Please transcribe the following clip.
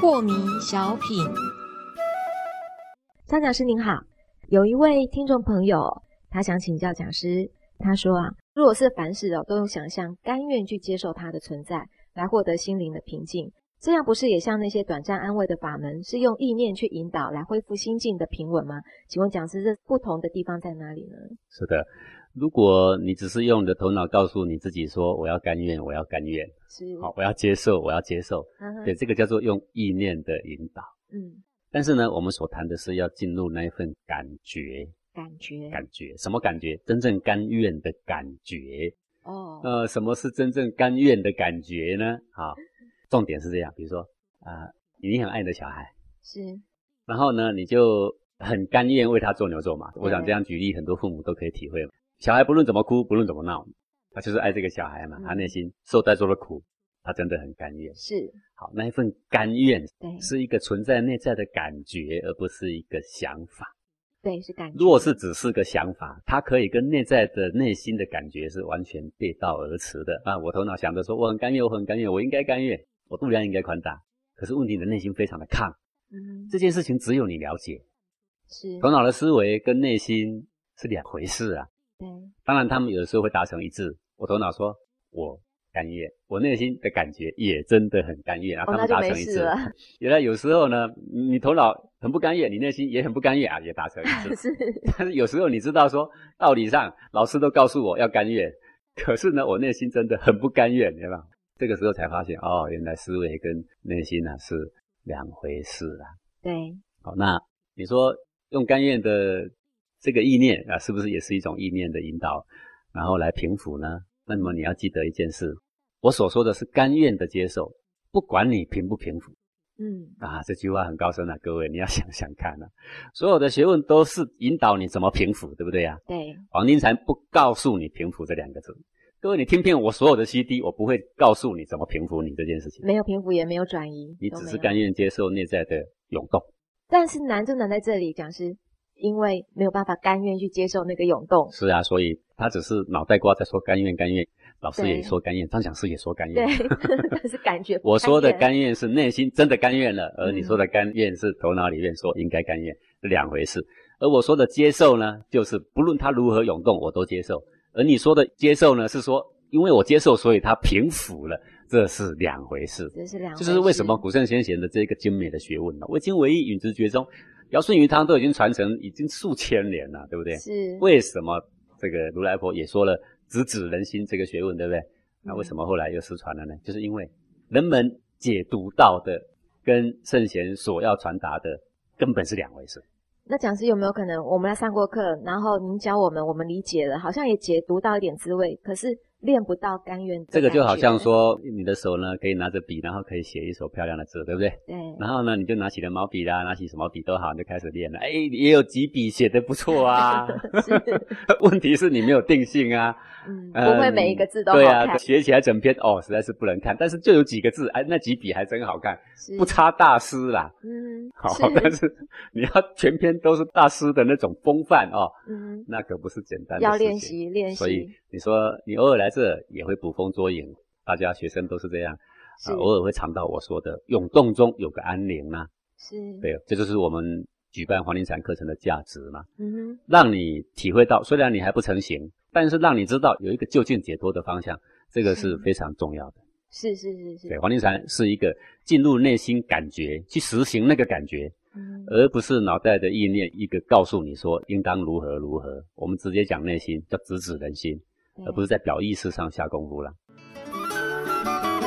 破迷小品，张讲师您好，有一位听众朋友，他想请教讲师，他说啊，如果是凡事哦都用想象，甘愿去接受它的存在，来获得心灵的平静，这样不是也像那些短暂安慰的法门，是用意念去引导来恢复心境的平稳吗？请问讲师，这不同的地方在哪里呢？是的，如果你只是用你的头脑告诉你自己说我要甘愿，我要甘愿，是，好，我要接受，我要接受，嗯哼对，这个叫做用意念的引导。嗯，但是呢，我们所谈的是要进入那一份感觉，感觉，感觉什么感觉？真正甘愿的感觉。哦，呃，什么是真正甘愿的感觉呢？啊，重点是这样，比如说啊、你很爱你的小孩，是，然后呢，你就很甘愿为他做牛做马。我想对这样举例，很多父母都可以体会。小孩不论怎么哭，不论怎么闹，他就是爱这个小孩嘛，嗯他内心受再多的苦，他真的很甘愿。是，好，那一份甘愿对，是一个存在内在的感觉，而不是一个想法。对，是感觉。如果是只是个想法，它可以跟内在的内心的感觉是完全背道而驰的啊！我头脑想着说我很甘愿，我很甘愿，我应该甘愿，我度量应该宽大。可是问题，你的内心非常的抗，嗯，这件事情只有你了解。是，头脑的思维跟内心是两回事啊。对，当然，他们有的时候会达成一致。我头脑说我甘愿，我内心的感觉也真的很甘愿，然后哦，那他们就达没成一事致。了，原来有时候呢，你头脑很不甘愿，你内心也很不甘愿啊，也达成一致。 是，但是有时候你知道说，道理上老师都告诉我要甘愿，可是呢，我内心真的很不甘愿，对吧？这个时候才发现哦，原来思维跟内心啊是两回事啊。对，好，那你说用甘愿的这个意念啊，是不是也是一种意念的引导，然后来平复呢？那么你要记得一件事，我所说的是甘愿的接受，不管你平不平复嗯，啊，这句话很高深啊，各位你要想想看啊，所有的学问都是引导你怎么平复，对不对啊？对，黄金禅不告诉你平复这两个字，各位你听遍我所有的 CD，我不会告诉你怎么平复你这件事情，没有平复，也没有转移，你都只没是有甘愿接受内在的涌动。但是难就难在这里，讲师，因为没有办法甘愿去接受那个涌动，是啊，所以他只是脑袋瓜在说甘愿甘愿，老师也对说甘愿，张讲师也说甘对 愿。，但是感觉不嗯 我说的愿甘愿是内心真的甘愿了，而你嗯说的甘愿是头脑里面说应该甘愿，是两回事。而我说的接受呢，就是不论它如何涌动，我都接受；而你说的接受呢，是说因为我接受，所以它平复了，这是两回事。这是两回这事，就是为什么古圣先贤的这个精美的学问了，味精唯一饮之绝中，尧舜禹汤都已经传承已经数千年了，对不对？是为什么这个如来佛也说了“直指人心”这个学问，对不对？那嗯为什么后来又失传了呢？就是因为人们解读到的跟圣贤所要传达的根本是两回事。那讲师有没有可能，我们来上过课，然后您教我们，我们理解了，好像也解读到一点滋味，可是练不到甘愿的这个就好像感觉，说，你的手呢可以拿着笔，然后可以写一手漂亮的字，对不对？对，。然后呢，你就拿起了毛笔啦，拿起什么笔都好，你就开始练了。哎，也有几笔写的不错啊 是问题是你没有定性啊。 嗯，嗯 不会每一个字都好对啊，看，写起来整篇哦，实在是不能看。但是就有几个字，哎，那几笔还真好看，是不，差大师啦。嗯， 好是，但是你要全篇都是大师的那种风范哦，嗯，那可不是简单的要事情练。习练习，所以你说你偶尔来这也会捕风捉影，大家学生都是这样啊，是偶尔会尝到我说的涌动中有个安宁啊。是，对，这就是我们举办黄庭禅课程的价值嘛。嗯哼，让你体会到，虽然你还不成形，但是让你知道有一个就近解脱的方向，这个是是非常重要的。是是是是，对，黄庭禅是一个进入内心感觉，去实行那个感觉，嗯，而不是脑袋的意念一个告诉你说应当如何如何。我们直接讲嗯呃内心，叫直指人心，而不是在表意识上下功夫了。对